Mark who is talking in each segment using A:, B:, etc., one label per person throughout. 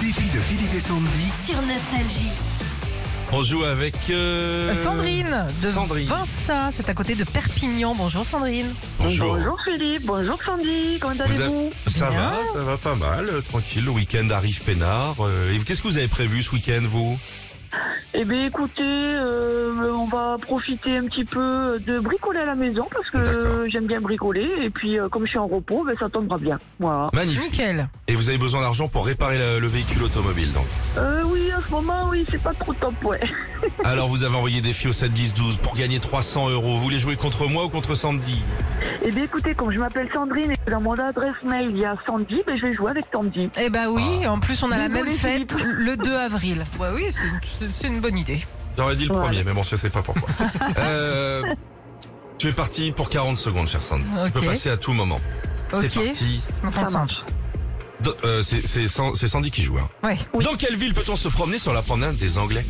A: défi de Philippe et Sandy.
B: sur Nostalgie.
C: On joue avec euh,
D: Sandrine de
C: Sandrine.
D: Vinça, c'est à côté de Perpignan. Bonjour Sandrine.
C: Bonjour.
E: Philippe, bonjour Sandy, comment
C: Vous
E: allez-vous
C: Ça
D: Bien.
C: va, ça va pas mal, euh, tranquille. Le week-end arrive peinard. Euh, et qu'est-ce que vous avez prévu ce week-end, vous
E: Eh bien écoutez, euh, on va profiter un petit peu de bricoler à la maison parce
C: D'accord.
E: que j'aime bien bricoler et puis euh, comme je suis en repos, ben, ça tombera bien. Voilà.
C: Magnifique.
D: Nickel.
C: Et vous avez besoin d'argent pour réparer le, le véhicule automobile, donc.
E: Euh, oui, en ce moment, oui, c'est pas trop top, ouais.
C: Alors, vous avez envoyé des filles au 7 10 12 pour gagner 300 euros. Vous voulez jouer contre moi ou contre Sandy
E: Eh bien écoutez, comme je m'appelle Sandrine et que dans mon adresse mail il y a Sandy, ben, je vais jouer avec Sandy.
D: Eh ben oui,
C: Ah.
D: en plus on a la
E: Désolée,
D: même fête
E: Philippe.
D: le 2 avril. Ouais, oui, c'est une- c'est- c'est une bonne idée.
C: J'aurais dit le
E: Voilà.
C: premier, mais bon, je sais pas pourquoi. euh, tu es parti pour 40 secondes, cher Sandy. Tu peux
D: Ok.
C: passer à tout moment.
D: Ok.
C: C'est parti.
D: Donc
E: Ça
D: on sent.
E: marche.
C: Do- euh, c'est- c'est San- c'est Sandy qui joue. Hein.
D: Ouais.
E: Oui.
C: Dans quelle ville peut-on se promener sur la promenade des Anglais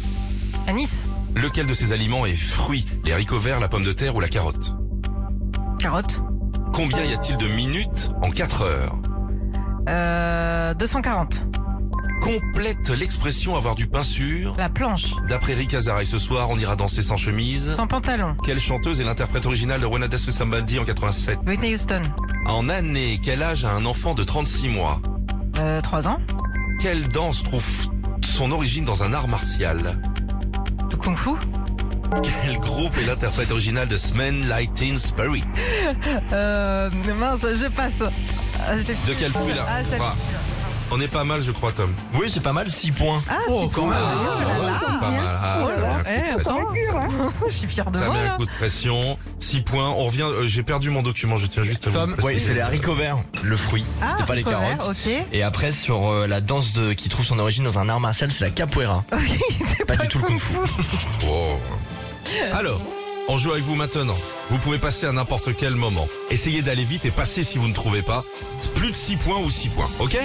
D: À Nice,
C: Lequel de ces aliments est fruit Les haricots verts, la pomme de terre ou la carotte
D: carotte.
C: Combien y a-t-il de minutes en 4 heures
D: Euh, 240.
C: Complète l'expression avoir du pain sur.
D: La planche,
C: D'après Rick Hazara, et ce soir, on ira danser sans chemise.
D: sans pantalon.
C: Quelle chanteuse est l'interprète originale de Wanna Dance with Somebody en 87
D: Whitney Houston,
C: En année, quel âge a un enfant de 36 mois
D: euh, 3 ans.
C: Quelle danse trouve son origine dans un art martial
D: Le Kung Fu,
C: Quel groupe est l'interprète original de Smen Lighting Spirit
D: euh, mince, je passe. Ah, je l'ai-
C: De quel fruit, là
D: Ah, je l'ai-
C: Ah. On est pas mal, je crois, Tom. Oui, c'est pas mal, 6 points.
D: Ah, c'est
C: Ah,
D: cool. Oh là
C: ouais,
D: là.
C: pas mal. Ah,
D: Oh
C: ça
D: là
C: met un
D: là.
C: coup de
D: Eh,
C: pression.
D: attends. Je suis fier de
C: Ça
D: moi.
C: met un
D: là.
C: coup de pression. 6 points. On revient. euh, J'ai perdu mon document. Je tiens juste à vous
F: Tom,
C: passer.
F: ouais, c'est les haricots verts, le fruit.
D: Ah,
F: C'était pas les
D: Ricoh Vert,
F: carottes.
D: Ok.
F: Et après, sur euh, la danse de, qui trouve son origine dans un art martial, c'est la capoeira. pas du tout le kung fu.
C: Wow. Alors, on joue avec vous maintenant. Vous pouvez passer à n'importe quel moment. Essayez d'aller vite et passez si vous ne trouvez pas. Plus de 6 points ou 6 points, ok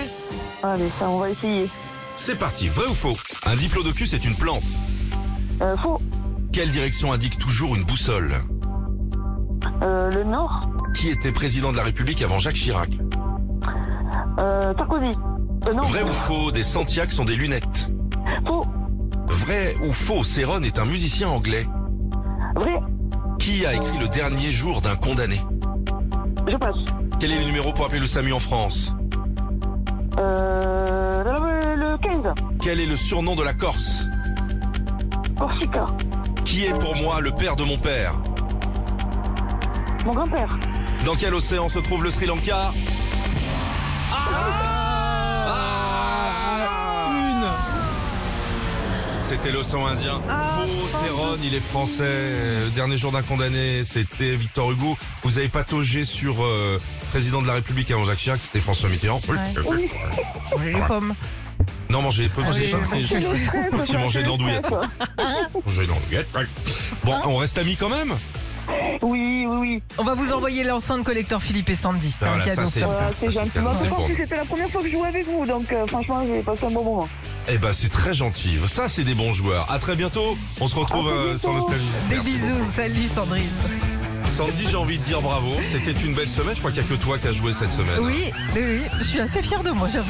E: Allez, ça, on va essayer.
C: C'est parti, vrai ou faux Un diplodocus est une plante.
E: Euh, faux,
C: Quelle direction indique toujours une boussole
E: euh, le Nord,
C: Qui était président de la République avant Jacques Chirac
E: euh, Sarkozy. Euh, non,
C: Vrai ou faux Des Santiacs sont des lunettes.
E: faux,
C: Vrai ou faux Céron est un musicien anglais.
E: vrai,
C: Qui a écrit le dernier jour d'un condamné
E: je passe.
C: Quel est le numéro pour appeler le SAMU en France
E: Euh, le, le 15,
C: Quel est le surnom de la Corse
E: Corsica,
C: Qui est pour moi le père de mon père
E: mon grand-père.
C: Dans quel océan se trouve le Sri Lanka Ah Une C'était l'océan Indien.
D: Ah,
C: Faux, c'est Ron, il est français. Le dernier jour d'un condamné, c'était Victor Hugo. Vous avez pataugé sur euh, président de la République avant Jacques Chirac, c'était François Mitterrand. Euh,
E: Oui.
D: J'ai les pommes.
C: Non, mangez, peu mangez,
D: Ah,
C: ça,
D: j'ai-
C: c'est- J'ai mangé de l'andouillette. Mangez de l'andouillette. Bon, on reste amis quand même
E: Oui, oui, oui.
D: On va vous envoyer l'enceinte collecteur Philippe et Sandy. C'est
C: Ah,
D: un
C: voilà, ça,
D: cadeau.
C: c'est-
E: Voilà, c'est
C: c'est
E: gentil.
C: cadeau,
E: Bah,
C: c'est
E: je pense
C: bon.
E: que c'était la première fois que je jouais avec vous, donc euh, franchement, j'ai passé un bon moment.
C: Eh ben, c'est très gentil. Ça, c'est des bons joueurs. À très bientôt. On se retrouve
E: À très
C: euh,
E: bientôt.
C: sur Nostalgie.
D: Des
C: Merci
D: bisous.
C: beaucoup.
D: Salut Sandrine.
C: Sandy, j'ai envie de dire bravo. C'était une belle semaine. Je crois qu'il n'y a que toi qui as joué cette semaine.
D: Oui, oui, oui, je suis assez fière de moi, j'avoue.